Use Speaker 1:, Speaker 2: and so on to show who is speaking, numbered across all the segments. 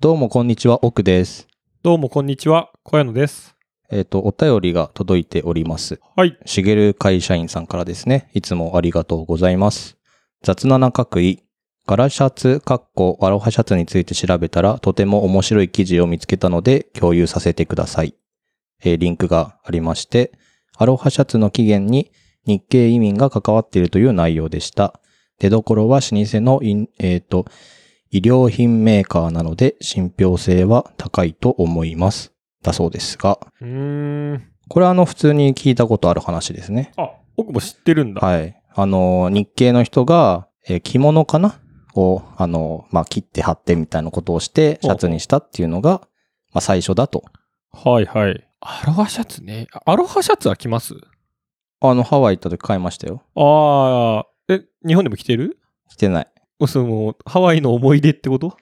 Speaker 1: どうもこんにちは、奥です。
Speaker 2: どうもこんにちは、小屋野です。
Speaker 1: えっ、と、お便りが届いております。
Speaker 2: はい。
Speaker 1: しげる会社員さんからですね、いつもありがとうございます。雑な各位、ガラシャツ、カッコ、アロハシャツについて調べたら、とても面白い記事を見つけたので、共有させてください。えーリンクがありまして、アロハシャツの起源に日系移民が関わっているという内容でした。出どころは老舗のいん、えっ、と、医療品メーカーなので、信憑性は高いと思います。だそうですが、
Speaker 2: うーん。
Speaker 1: これはあの普通に聞いたことある話ですね。
Speaker 2: あ、僕も知ってるんだ。
Speaker 1: はい。あの、日系の人が、えー着物かなを、あの、まあ、切って貼ってみたいなことをして、シャツにしたっていうのが、まあ、最初だと。
Speaker 2: はい、はい、アロハシャツね。あアロハシャツは着ます
Speaker 1: あの、ハワイ行った時買いましたよ。
Speaker 2: ああ、え、日本でも着てる
Speaker 1: 着てない。
Speaker 2: おそのハワイの思い出ってこと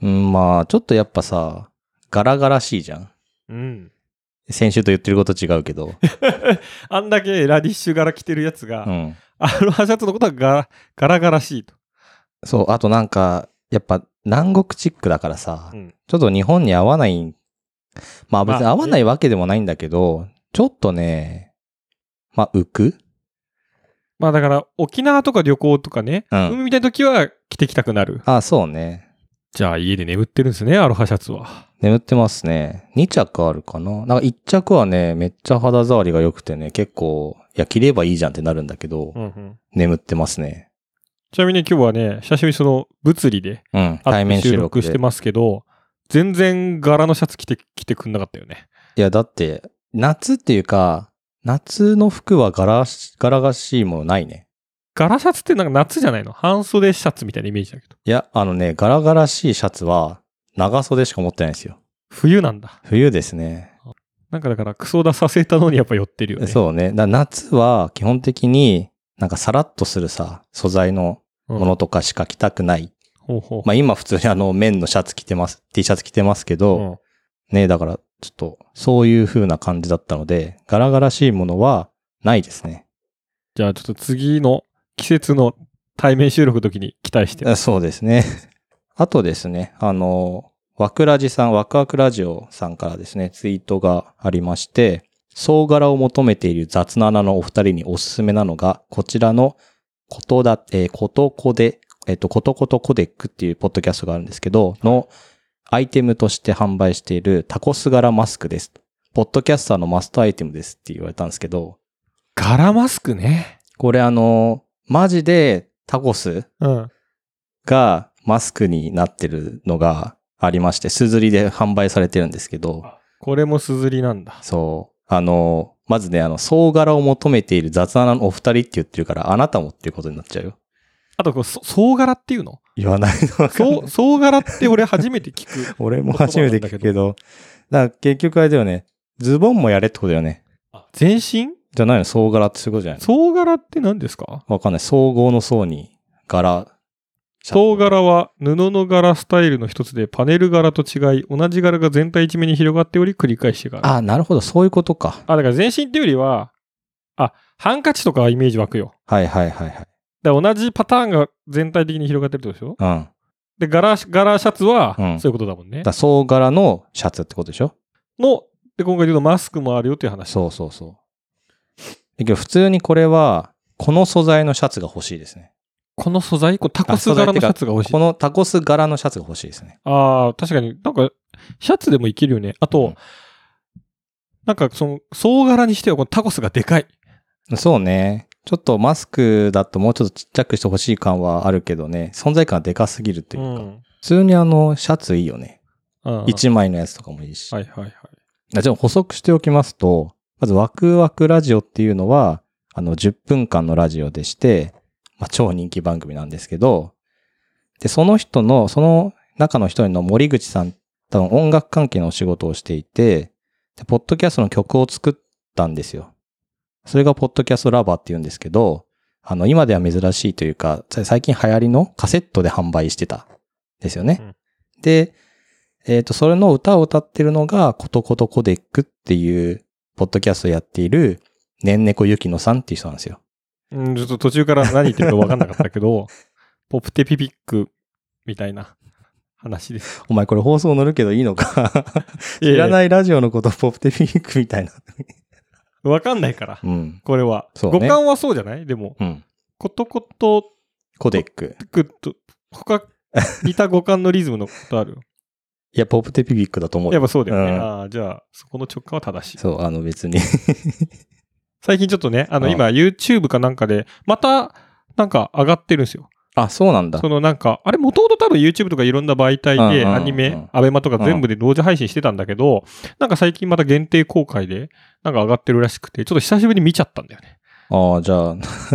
Speaker 1: うん、まあ、ちょっとやっぱさ、ガラガラしいじゃん。
Speaker 2: うん。
Speaker 1: 先週と言ってること違うけ ど。
Speaker 2: あんだけラディッシュ柄着てるやつが、
Speaker 1: うん。
Speaker 2: アロハシャツのことはガガラガラしいと。
Speaker 1: そう、あとなんか、やっぱ南国チックだからさ、
Speaker 2: うん
Speaker 1: ちょっと日本に合わない、まあ別に
Speaker 2: まあ
Speaker 1: 合わないわけでもないんだけど、ちょっとね、まあ浮く
Speaker 2: まあだから、沖縄とか旅行とかね、
Speaker 1: うん
Speaker 2: 海みたいな時は着てきたくなる。
Speaker 1: あ、そうね。
Speaker 2: じゃあ家で眠ってるんですね、アロハシャツは。
Speaker 1: 眠ってますね。2着あるかな。なんか1着はね、めっちゃ肌触りが良くてね、結構、いや、着ればいいじゃんってなるんだけど、
Speaker 2: うんうん。
Speaker 1: 眠ってますね。
Speaker 2: ちなみに今日はね、久しぶりにその物理で
Speaker 1: うん。
Speaker 2: あ
Speaker 1: 対面収
Speaker 2: 収
Speaker 1: 録
Speaker 2: 録
Speaker 1: で。
Speaker 2: してますけど、全然柄のシャツ着て、着てくんなかったよね。
Speaker 1: いや、だって、夏っていうか、夏の服は柄し、柄がしいものないね。
Speaker 2: 柄シャツってなんか夏じゃないの半袖シャツみたいなイメージだけど。
Speaker 1: いや、あのね、柄柄しいシャツは、長袖しか持ってないんですよ。
Speaker 2: 冬なんだ。
Speaker 1: 冬ですね。
Speaker 2: なんかだからクソ出させたのにやっぱ寄ってるよね。
Speaker 1: そうね。だ夏は基本的になんかさらっとするさ、素材の
Speaker 2: うん。
Speaker 1: ものとかしか着たくない。
Speaker 2: ほうほう。
Speaker 1: まあ今普通にあの綿のシャツ着てます、T シャツ着てますけど、
Speaker 2: うん
Speaker 1: ね、だからちょっとそういう風な感じだったので、ガラガラしいものはないですね。
Speaker 2: じゃあちょっと次の季節の対面収録の時に期待して。
Speaker 1: そうですね。 あとですね、あの、ワクラジさん、ワクワクラジオさんからですね、ツイートがありまして、総柄を求めている雑な穴のお二人におすすめなのが、こちらのことだ、えーことこで、えっ、と、ことことコデックっていうポッドキャストがあるんですけど、のアイテムとして販売しているタコス柄マスクです。ポッドキャスターのマストアイテムですって言われたんですけど、
Speaker 2: 柄マスクね。
Speaker 1: これあの、マジでタコス
Speaker 2: うん。
Speaker 1: がマスクになってるのがありまして、すずりで販売されてるんですけど、
Speaker 2: これもすずりなんだ。
Speaker 1: そう。あの、まずね、あの、総柄を求めている雑なのお二人って言ってるから、あなたもっていうことになっちゃうよ。
Speaker 2: あとこう、そ総柄っていうの
Speaker 1: 言わないのそ
Speaker 2: 総、
Speaker 1: う。。
Speaker 2: 総柄って俺初めて聞く
Speaker 1: 俺も初めて聞くけど。だから結局あれだよね。ズボンもやれってことだよね。
Speaker 2: あ全身
Speaker 1: じゃないの総柄ってそういうことじゃないの
Speaker 2: 総柄って何ですか
Speaker 1: わかんない。総合の層に柄。
Speaker 2: 総柄は布の柄スタイルの一つでパネル柄と違い同じ柄が全体一面に広がっており繰り返しがある。あ
Speaker 1: あ、なるほど。そういうことか。
Speaker 2: だから全身っていうよりはあハンカチとかはイメージ湧くよ。
Speaker 1: はいはいはいはい。
Speaker 2: だから同じパターンが全体的に広がってるってことでしょ
Speaker 1: うん。
Speaker 2: で柄柄シャツは
Speaker 1: うん
Speaker 2: そういうことだもんね。
Speaker 1: だから総柄のシャツってことでしょ
Speaker 2: ので今回で言うとマスクもあるよっていう話。
Speaker 1: そうそうそう。だけど普通にこれは、この素材のシャツが欲しいですね。
Speaker 2: この素材こうタコス
Speaker 1: あ素材っ
Speaker 2: 柄
Speaker 1: て
Speaker 2: の
Speaker 1: か
Speaker 2: シャツが欲しい
Speaker 1: こ。のタコス柄のシャツが欲しいですね。
Speaker 2: ああ確かになんかシャツでもいけるよね。あと、なんかその総柄にしてはこのタコスがでかい。
Speaker 1: うんそうね。ちょっとマスクだともうちょっとちっちゃくしてほしい感はあるけどね、存在感がでかすぎるっていうか、普通にあの、シャツいいよね。
Speaker 2: うんうん
Speaker 1: 1枚のやつとかもいいし。
Speaker 2: はいはいはい。
Speaker 1: あじゃあ補足しておきますと、まずワクワクラジオっていうのは、あの、10分間のラジオでして、まあ、超人気番組なんですけど、で、その人の、その中の一人の森口さん、多分音楽関係のお仕事をしていて、で、ポッドキャストの曲を作ったんですよ。それがポッドキャストラバーって言うんですけど、あの、今では珍しいというか、さ最近流行りのカセットで販売してたんですよね。
Speaker 2: うん
Speaker 1: で、えっ、と、それの歌を歌ってるのが、ことことコデックっていう、ポッドキャストをやっている、ねんねこゆきのさんっていう人なんですよ。
Speaker 2: うん、ちょっ と途中から何言ってるか分かんなかったけど、ポプテピピックみたいな話です。
Speaker 1: お前これ放送乗るけどいいの か。知
Speaker 2: い
Speaker 1: ら
Speaker 2: やいや
Speaker 1: ないラジオのことポップテピックみたいな。
Speaker 2: わかんないから
Speaker 1: う。ん。
Speaker 2: これは。
Speaker 1: そうね
Speaker 2: 五感はそうじゃないでも、
Speaker 1: うん。
Speaker 2: ことこと
Speaker 1: コデック。
Speaker 2: くっと、他、似た五感のリズムのこと ある。
Speaker 1: いや、ポップテピックだと思う
Speaker 2: やっ
Speaker 1: よ。
Speaker 2: ぱそうだよね。
Speaker 1: うん
Speaker 2: ああ、じゃあ、そこの直感は正しい。
Speaker 1: そう、あの別に。
Speaker 2: 最近ちょっとね、あの、
Speaker 1: うん
Speaker 2: 今 YouTube かなんかで、また、なんか上がってるんですよ。
Speaker 1: あ、そうなんだ
Speaker 2: そ。のなんか、あれ、もともと多分 YouTube とかいろんな媒体
Speaker 1: うんうんう
Speaker 2: で、
Speaker 1: ん
Speaker 2: アニメ、アベマとか全部で同時配信してたんだけど、なんか最近また限定公開で、なんか上がってるらしくて、ちょっと久しぶりに見ちゃったんだよね。
Speaker 1: ああ、じゃ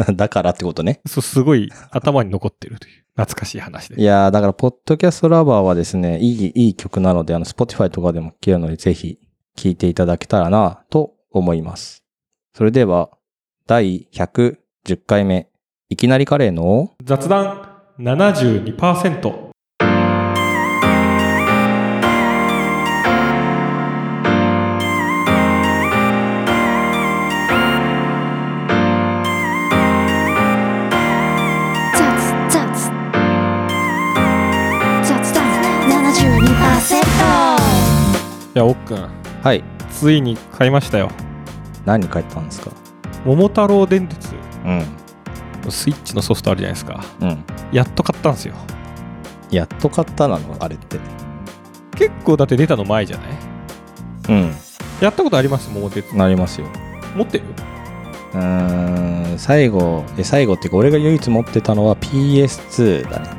Speaker 1: あ、 だからってことね。
Speaker 2: そう、すごい頭に残ってるという、懐かしい話
Speaker 1: い
Speaker 2: で。
Speaker 1: やーだから、ポッドキャストラバーはですね、いい、いい曲なので、あの、Spotify とかでも聴けるので、ぜひ聴いていただけたらな、と思います。それでは、第110回目、いきなりカレーの、
Speaker 2: 雑談72%。
Speaker 3: 雑雑雑談72%
Speaker 2: いや、おっくん、
Speaker 1: はい、
Speaker 2: ついに買いましたよ。
Speaker 1: 何書いてたんですか
Speaker 2: 桃太郎電鉄、
Speaker 1: うん、
Speaker 2: スイッチのソフトあるじゃないですか。
Speaker 1: うん。
Speaker 2: やっと買ったんですよ。
Speaker 1: やっと買ったなの、あれって。
Speaker 2: 結構だって出たの前じゃない
Speaker 1: うん、
Speaker 2: やったことあります桃鉄。
Speaker 1: なりますよ。
Speaker 2: 持ってる
Speaker 1: うーん、最後、え、最後っていうか、俺が唯一持ってたのは PS2 だね。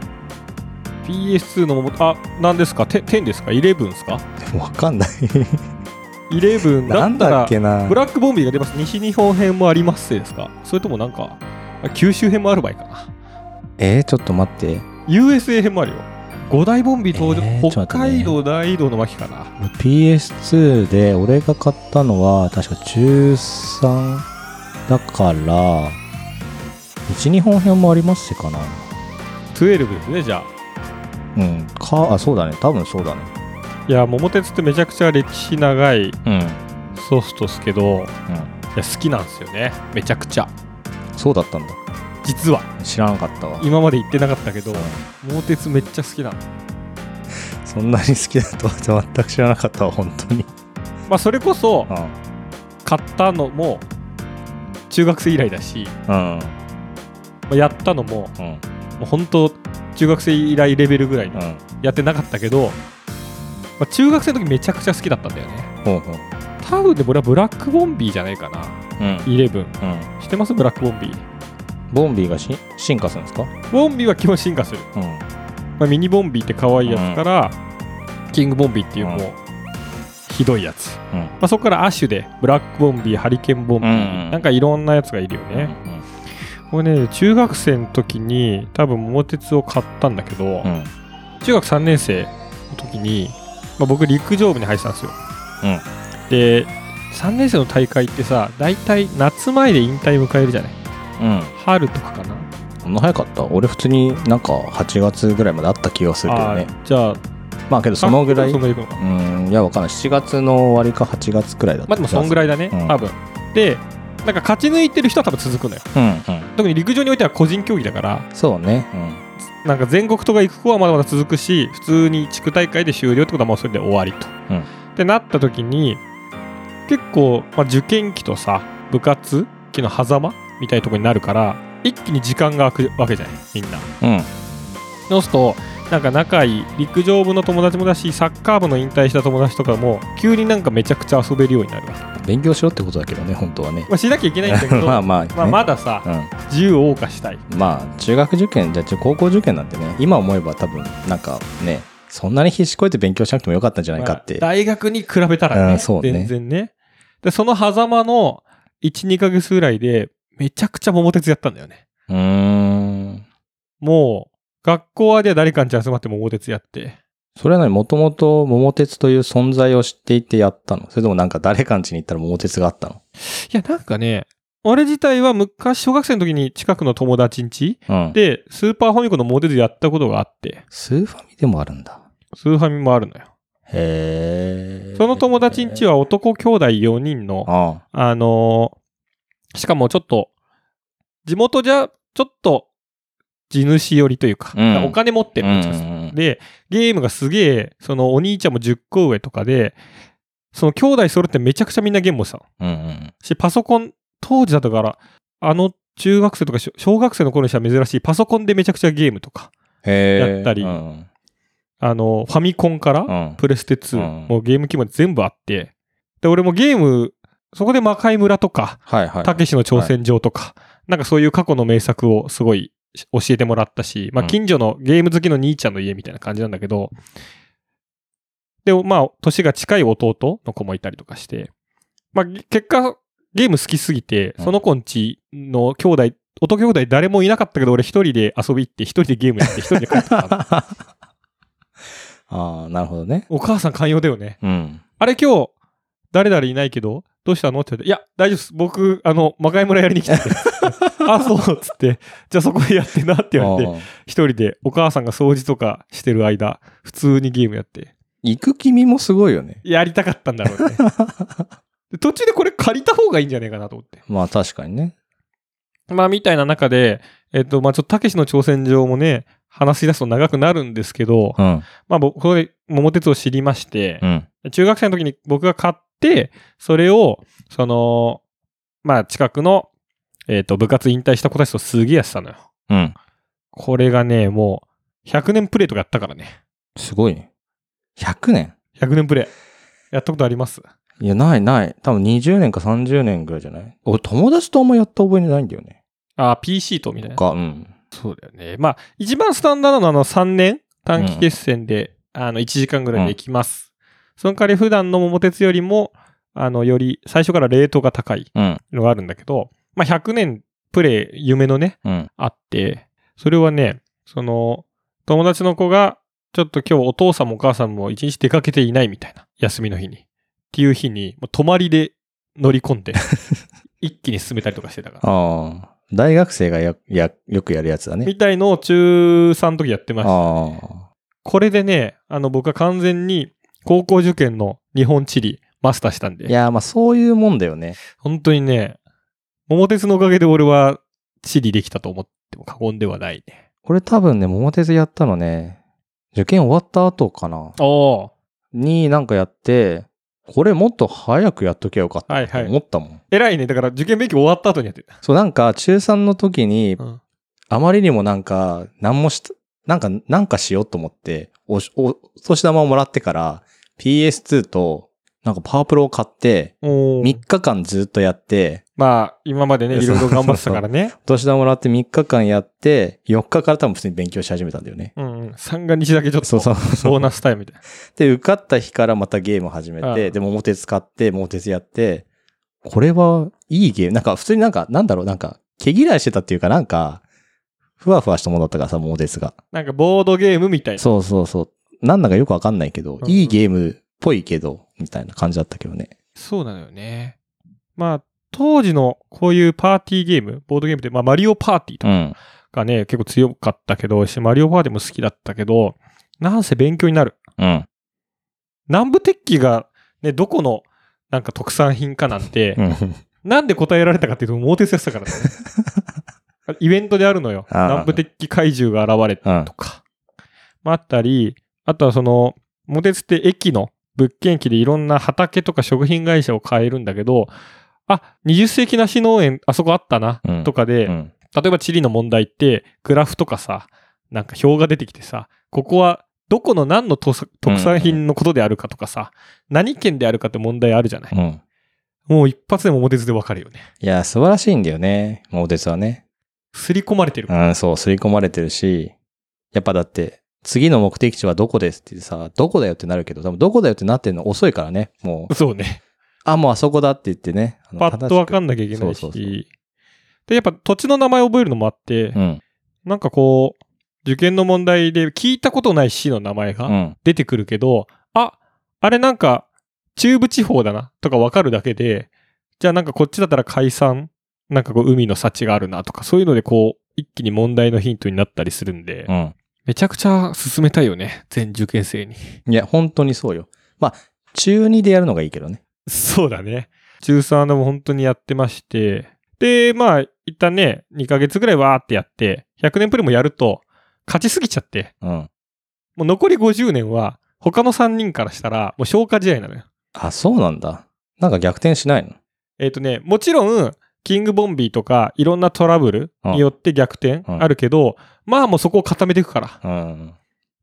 Speaker 2: PS2 のも、あ、何ですかテ ?10 ですか ?11 ですか
Speaker 1: でもわかんない。
Speaker 2: ?11 だ
Speaker 1: な
Speaker 2: っ
Speaker 1: ん
Speaker 2: た
Speaker 1: だ
Speaker 2: ら
Speaker 1: っ、けな。
Speaker 2: ブラックボンビーが出ます。西日本編もありますせですかそれともなんか、あ九州編もある場合かな。
Speaker 1: えー、ちょっと待って。
Speaker 2: USA 編もあるよ。五大ボンビ登場、
Speaker 1: えーちょ
Speaker 2: 北
Speaker 1: っと待ってね
Speaker 2: 海道大移動の巻かな。
Speaker 1: PS2 で俺が買ったのは確か中3だから1、2本編もありますせかな
Speaker 2: 12ですね、じゃあ。
Speaker 1: うんかあそうだね多分そうだね
Speaker 2: いや、桃鉄ってめちゃくちゃ歴史長い
Speaker 1: うん、
Speaker 2: ソフトっすけど、いや好きなんですよねめちゃくちゃ
Speaker 1: そうだったんだ
Speaker 2: 実は
Speaker 1: 知らなかったわ
Speaker 2: 今まで言ってなかったけど桃鉄めっちゃ好きなの
Speaker 1: そんなに好きだとは全く知らなかったわ本当に
Speaker 2: まあそれこそ
Speaker 1: うん
Speaker 2: 買ったのも中学生以来だし、
Speaker 1: うん
Speaker 2: まあやったのも
Speaker 1: うん
Speaker 2: もう本当中学生以来レベルぐらいの
Speaker 1: うん
Speaker 2: やってなかったけど、まあ、中学生の時めちゃくちゃ好きだったんだよね
Speaker 1: ほうほう
Speaker 2: 多分で俺はブラックボンビーじゃないかな
Speaker 1: うん
Speaker 2: 11
Speaker 1: うん
Speaker 2: 知ってますブラックボンビー
Speaker 1: ボンビーがし進化するんですか
Speaker 2: ボンビーは基本進化する、
Speaker 1: うん
Speaker 2: まあ、ミニボンビーって可愛いやつから、キングボンビーっていうもう、ひどいやつ
Speaker 1: うん
Speaker 2: まあ、そこからアッシュでブラックボンビーハリケーンボンビー、
Speaker 1: うんうん
Speaker 2: なんかいろんなやつがいるよね、これね中学生の時に多分桃鉄を買ったんだけど、
Speaker 1: うんうん
Speaker 2: 中学3年生の時に、まあ、僕陸上部に入ってたんですよ、
Speaker 1: うん
Speaker 2: で3年生の大会ってさ大体夏前で引退迎えるじゃない
Speaker 1: うん
Speaker 2: 春とかかな
Speaker 1: そんな早かった俺普通になんか8月ぐらいまであった気がするけど
Speaker 2: あ
Speaker 1: ね
Speaker 2: ーじゃあ
Speaker 1: まあけどそのぐらい
Speaker 2: そ
Speaker 1: うん
Speaker 2: ぐらい行くのか
Speaker 1: いやわかんない7月の終わりか8月くらいだった
Speaker 2: まあでもそんぐらいだね、
Speaker 1: うん
Speaker 2: 多分でなんか勝ち抜いてる人は多分続くのよ
Speaker 1: うんうん
Speaker 2: 特に陸上においては個人競技だから
Speaker 1: そうね
Speaker 2: なんか全国とか行く子はまだまだ続くし普通に地区大会で終了ってことはもうそれで終わりと。
Speaker 1: うん
Speaker 2: ってなった時に結構、まあ、受験期とさ部活期の狭間みたいなとこになるから一気に時間が空くわけじゃないみんな。
Speaker 1: うんうん
Speaker 2: そうするとなんか仲いい陸上部の友達もだしサッカー部の引退した友達とかも急になんかめちゃくちゃ遊べるようになるわけ。
Speaker 1: 勉強しろってことだけどね本当はね
Speaker 2: まあ、しなきゃいけないんだけ ど
Speaker 1: まあまあね
Speaker 2: まあまださ
Speaker 1: う
Speaker 2: 自由を謳歌したい。
Speaker 1: んまあ中学受験じゃあ高校受験なんてね今思えば多分なんかねそんなに必死こいて勉強しなくてもよかったんじゃないかって
Speaker 2: まあ大学に比べたら
Speaker 1: う
Speaker 2: ね
Speaker 1: んそうね
Speaker 2: 全然ねでその狭間の12ヶ月ぐらいでめちゃくちゃ桃鉄やったんだよね
Speaker 1: うーん
Speaker 2: もう学校はでは誰かんち集まって桃鉄やって
Speaker 1: それは何もともと桃鉄という存在を知っていてやったのそれともなんか誰かん家に行ったら桃鉄があったの
Speaker 2: いやなんかね俺自体は昔小学生の時に近くの友達ん家
Speaker 1: うん
Speaker 2: でスーパーファミコンの桃鉄やったことがあって
Speaker 1: スーファミでもあるんだ
Speaker 2: スーファミもあるのよ
Speaker 1: へえ。
Speaker 2: その友達ん家は男兄弟4人の
Speaker 1: あ
Speaker 2: あのーしかもちょっと、地元じゃ、ちょっと、地主寄りというか、
Speaker 1: うん
Speaker 2: お金持ってるんです
Speaker 1: う
Speaker 2: よ、
Speaker 1: んうんうん
Speaker 2: で、ゲームがすげえ、そのお兄ちゃんも10個上とかで、その兄弟揃ってめちゃくちゃみんなゲームをしたの。
Speaker 1: うんうん。
Speaker 2: し、パソコン、当時だったから、あの中学生とか小小学生の頃にしては珍しい、パソコンでめちゃくちゃゲームとか、
Speaker 1: へー
Speaker 2: やったり
Speaker 1: うん。
Speaker 2: あの、ファミコンから、
Speaker 1: うん
Speaker 2: プレステ
Speaker 1: うん
Speaker 2: 2、もうゲーム機まで全部あって、で、俺もゲーム、そこで魔界村とか、
Speaker 1: はいはい。
Speaker 2: たけしの挑戦状とか、なんかそういう過去の名作をすごいし教えてもらったし、まあ
Speaker 1: うん
Speaker 2: 近所のゲーム好きの兄ちゃんの家みたいな感じなんだけど、で、まあ、年が近い弟の子もいたりとかして、まあ、げ結果、ゲーム好きすぎて、
Speaker 1: うん
Speaker 2: その子んちの兄弟、弟兄弟誰もいなかったけど、俺一人で遊び行って、一人でゲームやって、一人で帰ってき たの。
Speaker 1: あ あー、なるほどね。
Speaker 2: お母さん寛容だよね。
Speaker 1: うん。
Speaker 2: あれ今日、誰々いないけど、どうしたのって言われて、いや、大丈夫です。僕、あの、魔界村やりに来たん で。あ、そう、っつって、じゃあそこでやってなって言われて、
Speaker 1: あー
Speaker 2: 一人でお母さんが掃除とかしてる間、普通にゲームやって、
Speaker 1: 行く君もすごいよね。
Speaker 2: やりたかったんだ ろうね。で途中でこれ借りた方がいいんじゃねえかなと思って。
Speaker 1: まあ確かにね。
Speaker 2: まあ、みたいな中で、えっと、まあ、ちょっと、たけしの挑戦状もね、話し出すと長くなるんですけど、
Speaker 1: うん。
Speaker 2: まあ、僕、これ、桃鉄を知りまして、
Speaker 1: うん。
Speaker 2: 中学生の時に僕が買って、それを、その、まあ、近くの、えっ、と、部活引退した子たちとすげえやってたのよ。
Speaker 1: うん。
Speaker 2: これがね、もう、100年プレイとかやったからね。
Speaker 1: すごいね。100年
Speaker 2: 100年プレイ。やったことあります
Speaker 1: いや、ないない。多分20年か30年ぐらいじゃない俺、友達とあんまやった覚えないんだよね。
Speaker 2: あー、PC とみたい
Speaker 1: と
Speaker 2: な。
Speaker 1: か、うん。
Speaker 2: そうだよね。まあ、一番スタンダードなのは3年短期決戦で、あの、1時間ぐらいできます。その代わり普段の桃鉄よりも、あの、より、最初からレートが高い
Speaker 1: うん。
Speaker 2: のがあるんだけど、まあ、100年プレイ、夢のね、
Speaker 1: うん。
Speaker 2: あって、それはね、その、友達の子が、ちょっと今日お父さんもお母さんも一日出かけていないみたいな、休みの日に。っていう日に、もう泊まりで乗り 込んで、一気に進めたりとかしてたから。
Speaker 1: ああ。大学生がや、や、よくやるやつだね。
Speaker 2: みたいのを中3の時やってました。
Speaker 1: ああ。
Speaker 2: これでね、あの僕は完全に高校受験の日本地理マスターしたん
Speaker 1: い
Speaker 2: で、
Speaker 1: や、まあそういうもんだよね。
Speaker 2: 本当にね、桃鉄のおかげで俺は地理できたと思っても過言ではないね。
Speaker 1: 俺多分ね、桃鉄やったのね、受験終わった後かな。
Speaker 2: おー。
Speaker 1: になんかやって、これもっと早くやっときゃよかった
Speaker 2: はい
Speaker 1: って
Speaker 2: はい
Speaker 1: 思ったもん。
Speaker 2: 偉いね。だから受験勉強終わった後にやってた。
Speaker 1: そう、なんか中3の時に、
Speaker 2: うん
Speaker 1: あまりにもなんか、何もした、なんか、なんかしようと思って、おし、お、お年玉をもらってから、PS2 と、なんかパワープロを買って、
Speaker 2: おー
Speaker 1: 3日間ずっとやって、
Speaker 2: まあ、今までね、
Speaker 1: そう
Speaker 2: いろいろ頑張ってたからね。
Speaker 1: お年玉もらって3日間やって、4日から多分普通に勉強し始めたんだよね。
Speaker 2: うんうん。三が日だけちょっと、
Speaker 1: そうそうそう
Speaker 2: ボーナスタイムみたい
Speaker 1: で、受かった日からまたゲーム始め
Speaker 2: う
Speaker 1: て、
Speaker 2: ん
Speaker 1: で、桃鉄買って、桃鉄やって、これはいいゲーム。なんか、普通になんか、なんだろう、なんか、毛嫌いしてたっていうか、なんか、ふわふわしたものだったからさ、桃鉄が。
Speaker 2: な。なんか、ボードゲームみたいな。
Speaker 1: そうそうそう。なんだかよくわかんないけど、
Speaker 2: うん
Speaker 1: いいゲームっぽいけど、みたいな感じだったけどね。
Speaker 2: そうなのよね。まあ、当時のこういうパーティーゲーム、ボードゲームって、まあ、マリオパーティーと
Speaker 1: うん。
Speaker 2: かね、結構強かったけど、しマリオパーティーも好きだったけど、なんせ勉強になる。
Speaker 1: うん。
Speaker 2: 南部鉄器が、ね、どこの、なんか特産品かなんて、
Speaker 1: うん。
Speaker 2: なんで答えられたかっていうと、モーテスやってたから ね。イベントであるのよ。
Speaker 1: ああ
Speaker 2: 南部鉄器怪獣が現れて
Speaker 1: うん
Speaker 2: と。か、まあ、あったり、あとはその、モテツって駅の物件機でいろんな畑とか食品会社を変えるんだけど、あ、20世紀梨農園、あそこあったな
Speaker 1: うん、
Speaker 2: とかで、
Speaker 1: うん
Speaker 2: 例えば地理の問題って、グラフとかさ、なんか表が出てきてさ、ここはどこの何の特産特産品のことであるかとかさ、何県であるかって問題あるじゃない。
Speaker 1: うん。
Speaker 2: もう一発でもモテツでわかるよね。
Speaker 1: いや、素晴らしいんだよね、桃鉄はね。
Speaker 2: 刷り込まれてる。
Speaker 1: うん、そう、刷り込まれてるし、やっぱだって、次の目的地はどこですってさ、どこだよってなるけど、多分どこだよってなってるの遅いからね、もう、
Speaker 2: そうね。
Speaker 1: あ、もうあそこだって言ってね。あの
Speaker 2: パッとわかん
Speaker 1: 正
Speaker 2: なきゃいけないし。
Speaker 1: そうそうそ
Speaker 2: で、やっぱ土地の名前を覚えるのもあって、
Speaker 1: しくうん。
Speaker 2: なんかこう、受験の問題で聞いたことない市の名前
Speaker 1: う
Speaker 2: が
Speaker 1: ん。
Speaker 2: 出てくるけど、あ、あれなんか中部地方だなとかわかるだけで、じゃあなんかこっちだったら海産、なんかこう海の幸があるなとか、そういうのでこう、一気に問題のヒントになったりするんで、
Speaker 1: うん。
Speaker 2: めちゃくちゃ進めたいよね、全受験生に。
Speaker 1: いや、本当にそうよ。まあ、中2でやるのがいいけどね。
Speaker 2: そうだね。中3でも本当にやってまして、で、まあ、一旦ね、2ヶ月ぐらいわーってやって、100年プレイもやると、勝ちすぎちゃって、
Speaker 1: うん。
Speaker 2: もう残り50年は、他の3人からしたら、もう消化試合なのよ。
Speaker 1: あ、そうなんだ。なんか逆転しないの
Speaker 2: えっ、とね、もちろん、キングボンビーとか、いろんなトラブルによって逆転
Speaker 1: うん
Speaker 2: あるけど、まあもうそこを固めていくから。
Speaker 1: うん。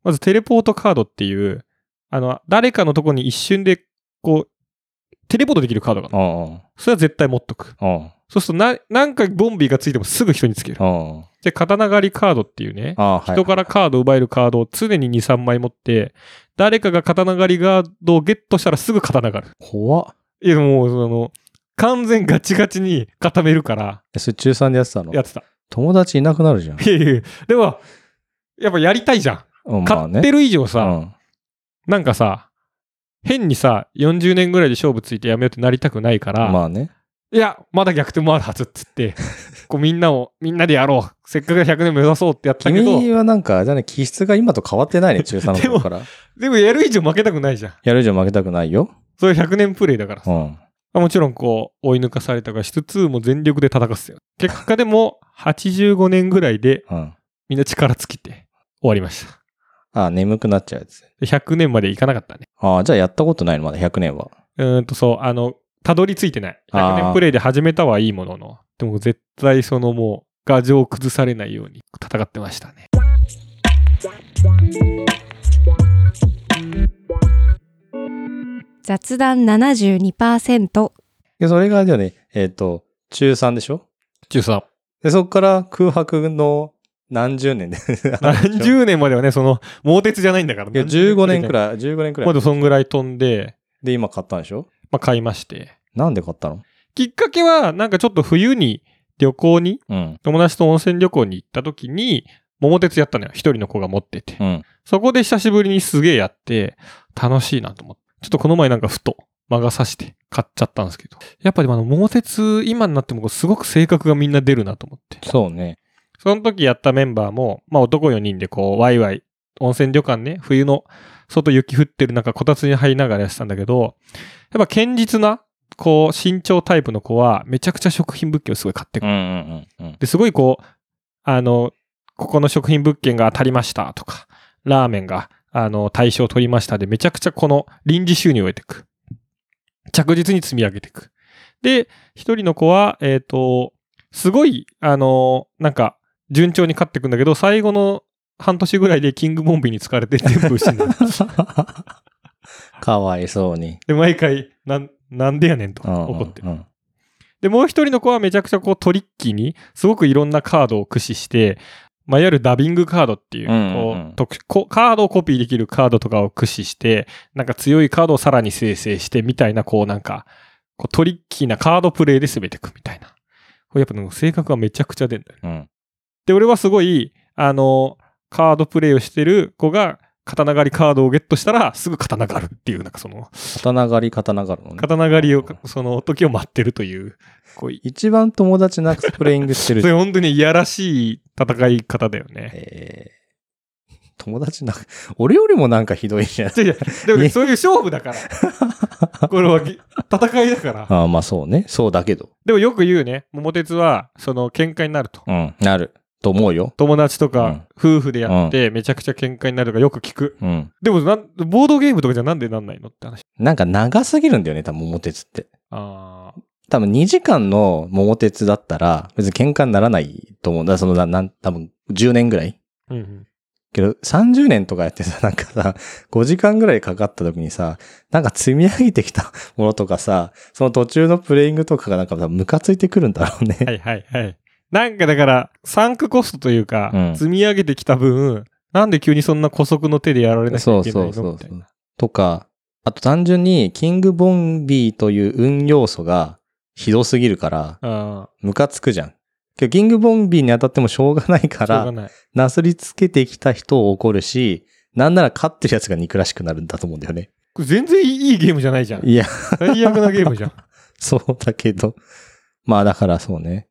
Speaker 2: まずテレポートカードっていう、あの、誰かのとこに一瞬で、こう、テレポートできるカードがあるの
Speaker 1: うんうん。
Speaker 2: それは絶対持っとく。
Speaker 1: うん。
Speaker 2: そうするとな、なんかボンビーがついてもすぐ人につける
Speaker 1: う。ん。
Speaker 2: で、刀狩りカードっていうね、
Speaker 1: あはい。
Speaker 2: 人からカードを奪えるカードを常に2、3枚持って、誰かが刀狩りカードをゲットしたらすぐ刀狩る。
Speaker 1: 怖っ。
Speaker 2: いや、もう、その、完全ガチガチに固めるから、
Speaker 1: えそれ中3でやってたの
Speaker 2: やってた。
Speaker 1: 友達いなくなるじゃん。
Speaker 2: いやいやでも、やっぱやりたいじゃん。
Speaker 1: うん、まあ
Speaker 2: 買
Speaker 1: ね。
Speaker 2: ってる以上さ、
Speaker 1: うん。
Speaker 2: なんかさ、変にさ、40年ぐらいで勝負ついてやめようってなりたくないから、
Speaker 1: まあね。
Speaker 2: いや、まだ逆転もあるはずっつ って、こうみんなを、みんなでやろう。せっかく100年目指そうってやったけど、
Speaker 1: 君はなんか、あれだね、気質が今と変わってない ね、中3の頃から。
Speaker 2: でもやる以上負けたくないじゃん。
Speaker 1: やる以上負けたくないよ。
Speaker 2: それ100年プレイだからさ
Speaker 1: う。ん。
Speaker 2: まあもちろんこう、追い抜かされたがしつつ、もう全力で戦っすよ。結果でも、85年ぐらいで、
Speaker 1: うん。
Speaker 2: みんな力尽きて、終わりました。
Speaker 1: あ、眠くなっちゃうやつ。
Speaker 2: で100年までいかなかったね。
Speaker 1: あじゃあやったことないの、まだ100年は。
Speaker 2: うーんと、そう、あの、たどり着いてない。
Speaker 1: あー
Speaker 2: 100年プレイで始めたはいいものの、でも絶対そのもう、牙城を崩されないように戦ってましたね。
Speaker 3: 雑談72%
Speaker 1: で、それが、じゃあね、えっ、と、中3でしょ
Speaker 2: 13。
Speaker 1: で、そこから空白の何十 年で。
Speaker 2: 何十年まではね、その、猛鉄じゃないんだから
Speaker 1: いや、15年く
Speaker 2: い。
Speaker 1: らい、15年くら
Speaker 2: ま
Speaker 1: い。
Speaker 2: だそんぐらい飛んで、
Speaker 1: で、今買ったんでしょ
Speaker 2: まあ買いまして。
Speaker 1: なんで買ったの
Speaker 2: きっかけは、なんかちょっと冬に旅行に、
Speaker 1: うん。
Speaker 2: 友達と温泉旅行に行った時に、桃鉄やったのよ。一人の子が持ってて。
Speaker 1: うん。
Speaker 2: そこで久しぶりにすげえやって、楽しいなと思って。ちょっとこの前なんかふと魔が差して買っちゃったんですけど。やっぱでもあの、桃鉄今になってもこうすごく性格がみんな出るなと思って。
Speaker 1: そうね。
Speaker 2: その時やったメンバーも、まあ男4人でこう、ワイワイ、温泉旅館ね、冬の外雪降ってる中、こたつに入りながらやってたんだけど、やっぱ堅実な、こう、身長タイプの子は、めちゃくちゃ食品物件をすごい買ってくる
Speaker 1: うんうんうん うん。
Speaker 2: で、すごいこう、あの、ここの食品物件が当たりましたとか、ラーメンが、あの、対象取りましたで、めちゃくちゃこの臨時収入を得ていく。着実に積み上げていく。で、一人の子は、えっ、と、すごい、あの、なんか、順調に勝っていくんだけど、最後の半年ぐらいでキングボンビーに疲れて全部失う。
Speaker 1: かわいそうに。
Speaker 2: で、毎回、なん、なんでやねんと
Speaker 1: うんうん
Speaker 2: 怒ってる
Speaker 1: うん
Speaker 2: で、もう一人の子はめちゃくちゃこうトリッキーに、すごくいろんなカードを駆使して、まあ、いわゆるダビングカードっていう、
Speaker 1: うんうん
Speaker 2: こ
Speaker 1: うん
Speaker 2: う特こうカードをコピーできるカードとかを駆使して、なんか強いカードをさらに生成してみたいな、こうなんか、こうトリッキーなカードプレイで攻めていくみたいな。これやっぱでも性格がめちゃくちゃ出るんだよね。
Speaker 1: うん。
Speaker 2: で、俺はすごい、あの、カードプレイをしてる子が、刀狩りカードをゲットしたら、すぐ刀狩るっていう、なんかその、
Speaker 1: 刀狩り、刀狩るのね。
Speaker 2: 刀狩りを、その時を待ってるという、こう、
Speaker 1: 一番友達なくプレイングしてる
Speaker 2: それ本当にいやらしい戦い方だよね。
Speaker 1: えー友達なく、俺よりもなんかひどいじゃん。
Speaker 2: いやいや、でもそういう勝負 だから。これはぎ戦いだから。
Speaker 1: ああ、まあそうね。そうだけど。
Speaker 2: でもよく言うね、桃鉄は、その喧嘩になると。
Speaker 1: うん。なる。と思うよ。
Speaker 2: 友達とか夫婦でやって、めちゃくちゃ喧嘩になるとかよく聞く。
Speaker 1: うん。
Speaker 2: でもなん、ボードゲームとかじゃなんでなんないのって話。
Speaker 1: なんか長すぎるんだよね、多分桃鉄って。
Speaker 2: ああ。
Speaker 1: 多分2時間の桃鉄だったら、別に喧嘩にならないと思うんだ。その、ななん、多分10年ぐらい。
Speaker 2: うんうん。
Speaker 1: けど、30年とかやってさ、なんかさ、5時間ぐらいかかった時にさ、なんか積み上げてきたものとかさ、その途中のプレイングとかがなんかさ、ムカついてくるんだろうね。
Speaker 2: はいはいはい。なんかだから、サンクコストというか、
Speaker 1: うん
Speaker 2: 積み上げてきた分、なんで急にそんな古速の手でやられなきゃいけないのみたいな。
Speaker 1: う。とか、あと単純に、キングボンビーという運要素がひどすぎるから、
Speaker 2: あ
Speaker 1: ムカつくじゃん。けど、キングボンビーに当たってもしょうがないか
Speaker 2: あ、しょう
Speaker 1: ら
Speaker 2: が、ない。
Speaker 1: なすりつけてきた人を怒るし、なんなら勝ってるやつが憎らしくなるんだと思うんだよね。
Speaker 2: これ全然いいゲームじゃないじゃん。
Speaker 1: いや、
Speaker 2: 最悪なゲーム じゃん。
Speaker 1: そうだけど。まあだからそうね。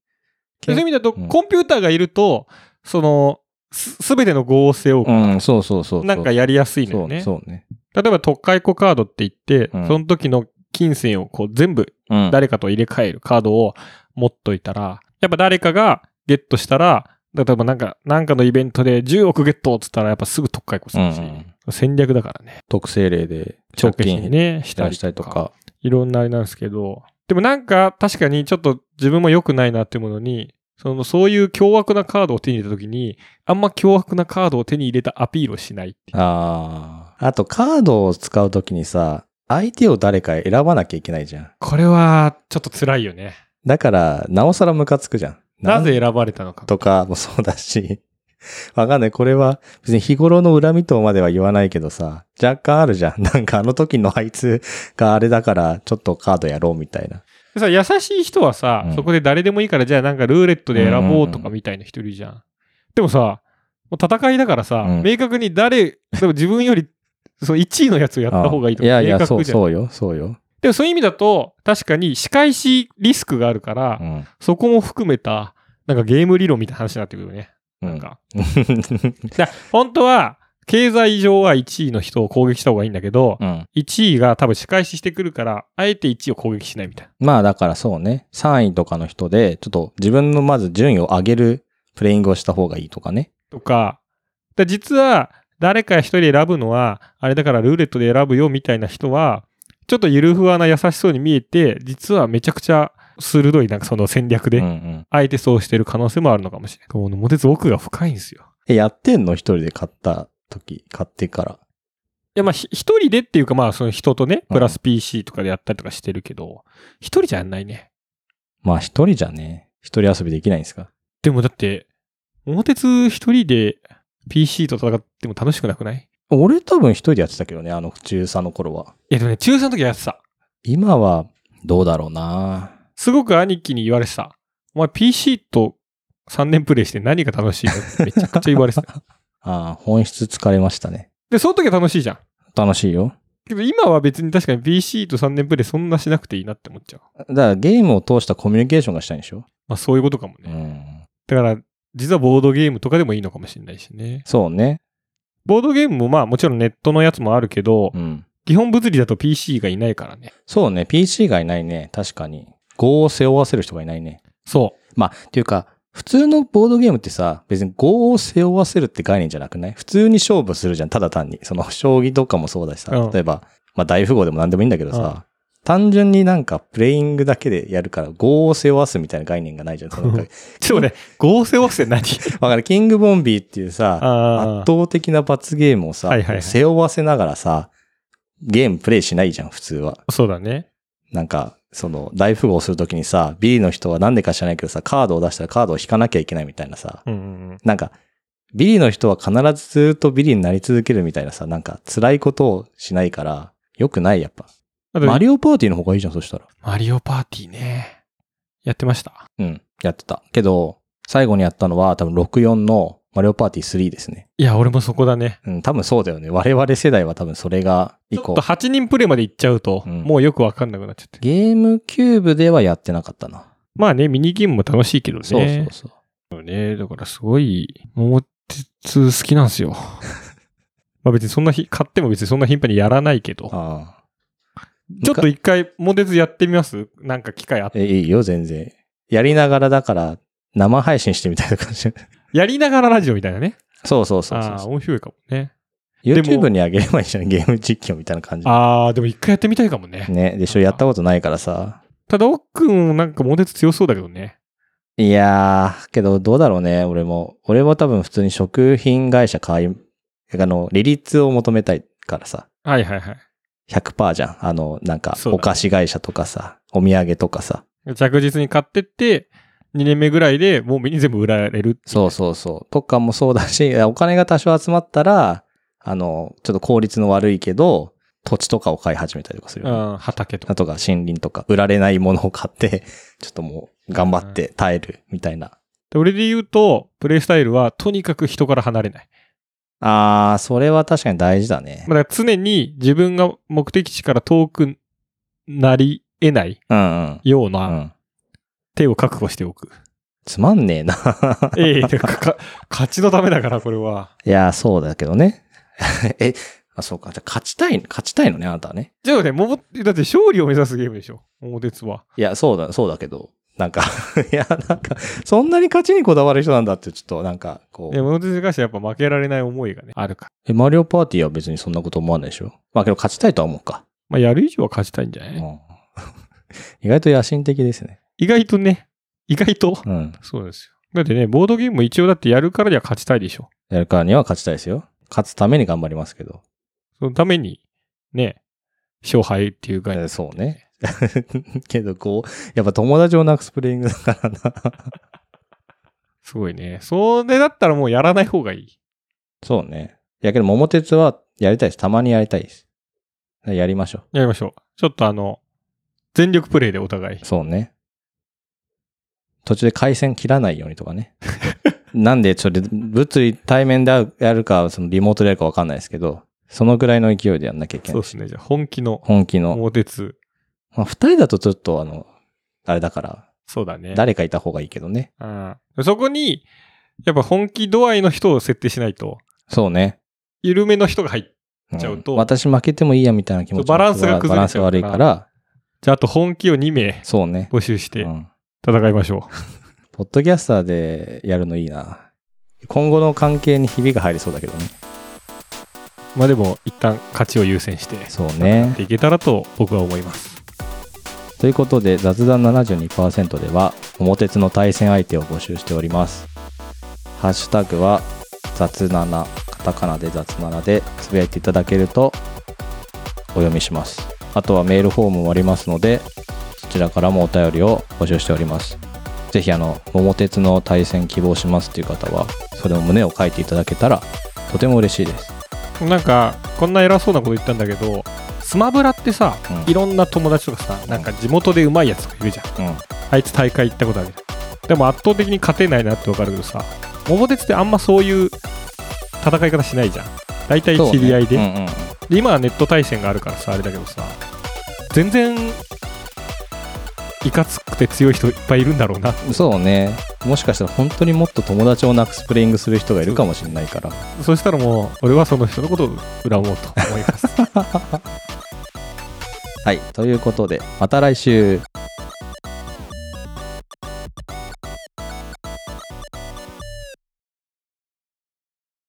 Speaker 2: そういう意味だと、
Speaker 1: うん
Speaker 2: コンピューターがいると、その、すすべての合成を、
Speaker 1: うん、そうそうそうそう。
Speaker 2: なんかやりやすいの
Speaker 1: そ
Speaker 2: よ
Speaker 1: う
Speaker 2: ね。
Speaker 1: そうね。
Speaker 2: 例えば、特解庫カードって言って、
Speaker 1: うん
Speaker 2: その時の金銭をこう全部
Speaker 1: うん。
Speaker 2: 誰かと入れ替えるカードを持っといたら、やっぱ誰かがゲットしたら、例えばなんか、なんかのイベントで10億ゲットっつったら、やっぱすぐ特解雇す
Speaker 1: うんう
Speaker 2: るし、
Speaker 1: ん。
Speaker 2: 戦略だからね。
Speaker 1: 特性例で、直
Speaker 2: に
Speaker 1: 近
Speaker 2: ね、
Speaker 1: 期待したりと。か。
Speaker 2: いろんなあれなんですけど、でもなんか確かにちょっと自分も良くないなっていうものに、そのそういう凶悪なカードを手に入れた時に、あんま凶悪なカードを手に入れたアピールをしないっていう。
Speaker 1: ああ。あと、カードを使うときにさ、相手を誰か選ばなきゃいけないじゃん。
Speaker 2: これはちょっと辛いよね。
Speaker 1: だから、なおさらムカつくじゃん。
Speaker 2: なんぜ選ばれたのか。
Speaker 1: とかもそうだし。 わかんない。これは別に日頃の恨みとまでは言わないけどさ、若干あるじゃん。 なんかあの時のあいつがあれだから、ちょっとカードやろうみたいな。
Speaker 2: でさ、優しい人はさ、
Speaker 1: うん
Speaker 2: そこで誰でもいいから、じゃあなんかルーレットで選ぼうとかみたいな人いるじゃん。でもさ、もう戦いだからさ、
Speaker 1: うん
Speaker 2: 明確に誰、でも自分より、その1位のやつをやった方がいいと
Speaker 1: あ
Speaker 2: か、
Speaker 1: いやい
Speaker 2: 明
Speaker 1: や、そ
Speaker 2: 確
Speaker 1: う、
Speaker 2: じゃん。
Speaker 1: そうよ、そうよ。
Speaker 2: でもそういう意味だと、確かに仕返しリスクがあるから、
Speaker 1: うん。
Speaker 2: そこも含めた、なんかゲーム理論みたいな話になってくるよね。
Speaker 1: う
Speaker 2: なん
Speaker 1: ん。
Speaker 2: か。だから本当は、経済上は1位の人を攻撃した方がいいんだけど、
Speaker 1: うん。
Speaker 2: 1位が多分仕返ししてくるから、あえて1位を攻撃しないみたいな。
Speaker 1: まあだからそうね、3位とかの人で、ちょっと自分のまず順位を上げるプレイングをした方がいいとかね。
Speaker 2: とか、だから実は誰か一人選ぶのは、あれだからルーレットで選ぶよみたいな人は、ちょっとゆるふわな優しそうに見えて、実はめちゃくちゃ鋭いなんかその戦略
Speaker 1: うん
Speaker 2: で、
Speaker 1: うん。
Speaker 2: あえてそうしてる可能性もあるのかもしれない。このモテツ奥が深いんですよ。
Speaker 1: え、やってんの一人で買った時、買ってから。
Speaker 2: いや、まあ、ひ一人でっていうか、まあ、その人とね、プラス PC とかでやったりとかしてるけど、一人じゃやんないね。
Speaker 1: まあ一人じゃね、一人遊びできないんですか
Speaker 2: でもだって、モテツ一人で PC と戦っても楽しくなくない
Speaker 1: 俺多分一人でやってたけどね、あの中3の頃は。
Speaker 2: いや、でもね、中3の時はやってた。
Speaker 1: 今はどうだろうな
Speaker 2: すごく兄貴に言われてた。お前 PC と3年プレイして何が楽しいのってめちゃくちゃ言われて た。
Speaker 1: ああ、本質疲れましたね。
Speaker 2: で、その時は楽しいじゃん。
Speaker 1: 楽しいよ。
Speaker 2: けど今は別に確かに PC と3年プレイそんなしなくていいなって思っちゃう。
Speaker 1: だからゲームを通したコミュニケーションがしたいんでしょ
Speaker 2: まあそういうことかも
Speaker 1: う
Speaker 2: ね。
Speaker 1: ん。
Speaker 2: だから、実はボードゲームとかでもいいのかもしれないしね。
Speaker 1: そうね。
Speaker 2: ボードゲームもまあもちろんネットのやつもあるけど、
Speaker 1: うん。
Speaker 2: 基本物理だと PC がいないからね。
Speaker 1: そうね。PC がいないね。確かに。5を背負わせる人がいないね。
Speaker 2: そ
Speaker 1: まあ、っていうか、普通のボードゲームってさ、別に5を背負わせるって概念じゃなくない普通に勝負するじゃん。ただ単に。その、将棋とかもそうだしさ。
Speaker 2: うん
Speaker 1: 例えば、まあ大富豪でも何でもいいんだけどさ。単純になんかプレイングだけでやるから5を背負わすみたいな概念が ないじゃん。そのなんか
Speaker 2: う。ちょっとね、合成合成何
Speaker 1: わかる。キングボンビーっていうさ、
Speaker 2: あ
Speaker 1: 圧
Speaker 2: ー
Speaker 1: 倒的な罰ゲームをさ、
Speaker 2: はいはいはい
Speaker 1: 背負わせながらさ、ゲームプレイしないじゃん、普通は。
Speaker 2: そうだね。
Speaker 1: なんか、その、大富豪するときにさ、B の人はなんでか知らないけどさ、カードを出したらカードを引かなきゃいけないみたいなさ、
Speaker 2: うんうんうん。
Speaker 1: なんか、ビリの人は必ずずっとビリになり続けるみたいなさ、なんか辛いことをしないから、良くないやっぱ。
Speaker 2: あと
Speaker 1: マリオパーティーの方がいいじゃん、そしたら。
Speaker 2: マリオパーティーね。やってました。
Speaker 1: うん、やってた。けど、最後にやったのは多分64のマリオパーティー3ですね。
Speaker 2: いや、俺もそこだね。
Speaker 1: うん、多分そうだよね。我々世代は多分それが以
Speaker 2: ちょ
Speaker 1: 降
Speaker 2: っと。8人プレイまで行っちゃうと、
Speaker 1: うん
Speaker 2: もうよくわかんなくなっちゃって。
Speaker 1: ゲームキューブではやってなかったな。
Speaker 2: まあね、ミニゲームも楽しいけどね。
Speaker 1: そうそうそう。
Speaker 2: ね。だからすごい、桃鉄好きなんで すよ。まあ別にそんなひ、買っても別にそんな頻繁にやらないけど。
Speaker 1: ああ。
Speaker 2: ちょっと一回、桃鉄やってみますなんか機会あって。
Speaker 1: え、いいよ、全然。やりながらだから、生配信してみたいな感 じ。
Speaker 2: やりながらラジオみたいなね。
Speaker 1: そうそうそう
Speaker 2: ああー、
Speaker 1: そう。
Speaker 2: 面白いかもね。でも
Speaker 1: YouTube にあげればいいじゃん、ゲーム実況みたいな感じ。
Speaker 2: ああ、でも一回やってみたいかもね。
Speaker 1: ね、でしょ、やったことないからさ。
Speaker 2: ただ、奥くんなんか桃鉄強そうだけどね。
Speaker 1: いやー、けどどうだろうね、俺も。俺は多分普通に食品会社買い、あの、利率を求めたいからさ。
Speaker 2: はいはいはい。
Speaker 1: 100%じゃん。あの、なんか、
Speaker 2: そうだね
Speaker 1: お菓子会社とかさ、お土産とかさ。
Speaker 2: 着実に買ってって、2年目ぐらいでもう身に全部売られる。
Speaker 1: そうそうそう。とかもそうだし、お金が多少集まったら、あの、ちょっと効率の悪いけど、土地とかを買い始めたりとかする
Speaker 2: う
Speaker 1: よね、
Speaker 2: ん、畑とか
Speaker 1: あ。とが森林とか、売られないものを買って、 ちょっともう頑張って耐えるみたいな。
Speaker 2: で俺で言うと、プレイスタイルはとにかく人から離れない。
Speaker 1: あー、それは確かに大事だね。
Speaker 2: まあだから常に自分が目的地から遠くなり得ない
Speaker 1: うんうん。
Speaker 2: よう
Speaker 1: う、
Speaker 2: なん手を確保しておく。
Speaker 1: つまんねえな。
Speaker 2: ええだからか 勝ちのためだから、これは。
Speaker 1: いやー、そうだけどね。 え、あ、そうか。じゃあ勝ちたい、勝ちたいのね、あなたはね。
Speaker 2: じゃあね、ももだって勝利を目指すゲームでしょ。桃鉄は。
Speaker 1: いや、そうだ、そうだけど。なんか、 いや、なんか、そんなに勝ちにこだわる人なんだって、ちょっとなんか、こ
Speaker 2: で、
Speaker 1: う。
Speaker 2: 物鉄に関してはやっぱ負けられない思いがね、あるから。
Speaker 1: え、マリオパーティーは別にそんなこと思わないでしょまあけど勝ちたいとは思うか。
Speaker 2: まあ、やる以上は勝ちたいんじゃ
Speaker 1: う
Speaker 2: な
Speaker 1: ん、
Speaker 2: い、
Speaker 1: 意外と野心的ですね。
Speaker 2: 意外とね、意外と、
Speaker 1: うん。
Speaker 2: そうですよ。だってね、ボードゲームも一応だってやるからには勝ちたいでしょ。
Speaker 1: やるからには勝ちたいですよ。勝つために頑張りますけど。
Speaker 2: そのために、ね、勝敗っていう概
Speaker 1: え
Speaker 2: 念。
Speaker 1: ーそうね。 けど、こう、やっぱ友達をなくすプレイングだからな。
Speaker 2: すごいね。それだったらもうやらない方がいい。
Speaker 1: そうね。いやけど、桃鉄はやりたいです。たまにやりたいです。やりましょ。。
Speaker 2: やりましょう。ちょっとあの、全力プレイでお互いう
Speaker 1: そうね。途中で回線切らないようにとか ね。なんで、それ、物理対面で会うやるか、そのリモートでやるかわかんないですけど、そのぐらいの勢いでやんなきゃいけな
Speaker 2: そう
Speaker 1: い
Speaker 2: で
Speaker 1: し。
Speaker 2: すね。じゃあ本気の、
Speaker 1: 本気の。
Speaker 2: 桃鉄。
Speaker 1: まあ、二人だとちょっと、あの、あれだから、
Speaker 2: そうだね。
Speaker 1: 誰かいた方がいいけどね。
Speaker 2: うん。そこに、やっぱ本気度合いの人を設定しないと、
Speaker 1: そうね。
Speaker 2: 緩めの人が入っちゃうと
Speaker 1: ん私負けてもいいやみたいな気持ち
Speaker 2: そうバランスが崩れちゃう
Speaker 1: バランス悪いから、
Speaker 2: じゃああと本気を2名
Speaker 1: そうね。
Speaker 2: 募集し
Speaker 1: う
Speaker 2: て
Speaker 1: ん。
Speaker 2: 戦いましょう。
Speaker 1: ポッドキャスターでやるのいいな。今後の関係にひびが入りそうだけどね。
Speaker 2: まあでも、一旦勝ちを優先して、
Speaker 1: そうね。
Speaker 2: でいけたらと僕は思います。
Speaker 1: ということで雑談72%では桃鉄の対戦相手を募集しておりますハッシュタグは雑7カタカナで雑7でつぶやいていただけるとお読みしますあとはメールフォームもありますのでそちらからもお便りを募集しておりますぜひあの桃鉄の対戦希望しますという方はそれを胸を書いていただけたらとても嬉しいです
Speaker 2: なんか、こんな偉そうなこと言ったんだけど、スマブラってさ、
Speaker 1: うん
Speaker 2: いろんな友達とかさ、なんか地元でうまいやつがいるじゃん。
Speaker 1: うん
Speaker 2: あいつ大会行ったことあるじゃん。でも圧倒的に勝てないなってわかるけどさ、桃鉄ってあんまそういう戦い方しないじゃん。大体
Speaker 1: そうね
Speaker 2: 知り合いで。
Speaker 1: うんうん
Speaker 2: で今はネット対戦があるからさあれだけどさ全然いかつくて強い人いっぱいいるんだろうな
Speaker 1: そうねもしかしたら本当にもっと友達をなくすプレイングする人がいるかもしれないから
Speaker 2: そしたらもう俺はその人のことを恨もうと思います
Speaker 1: はいということでまた来週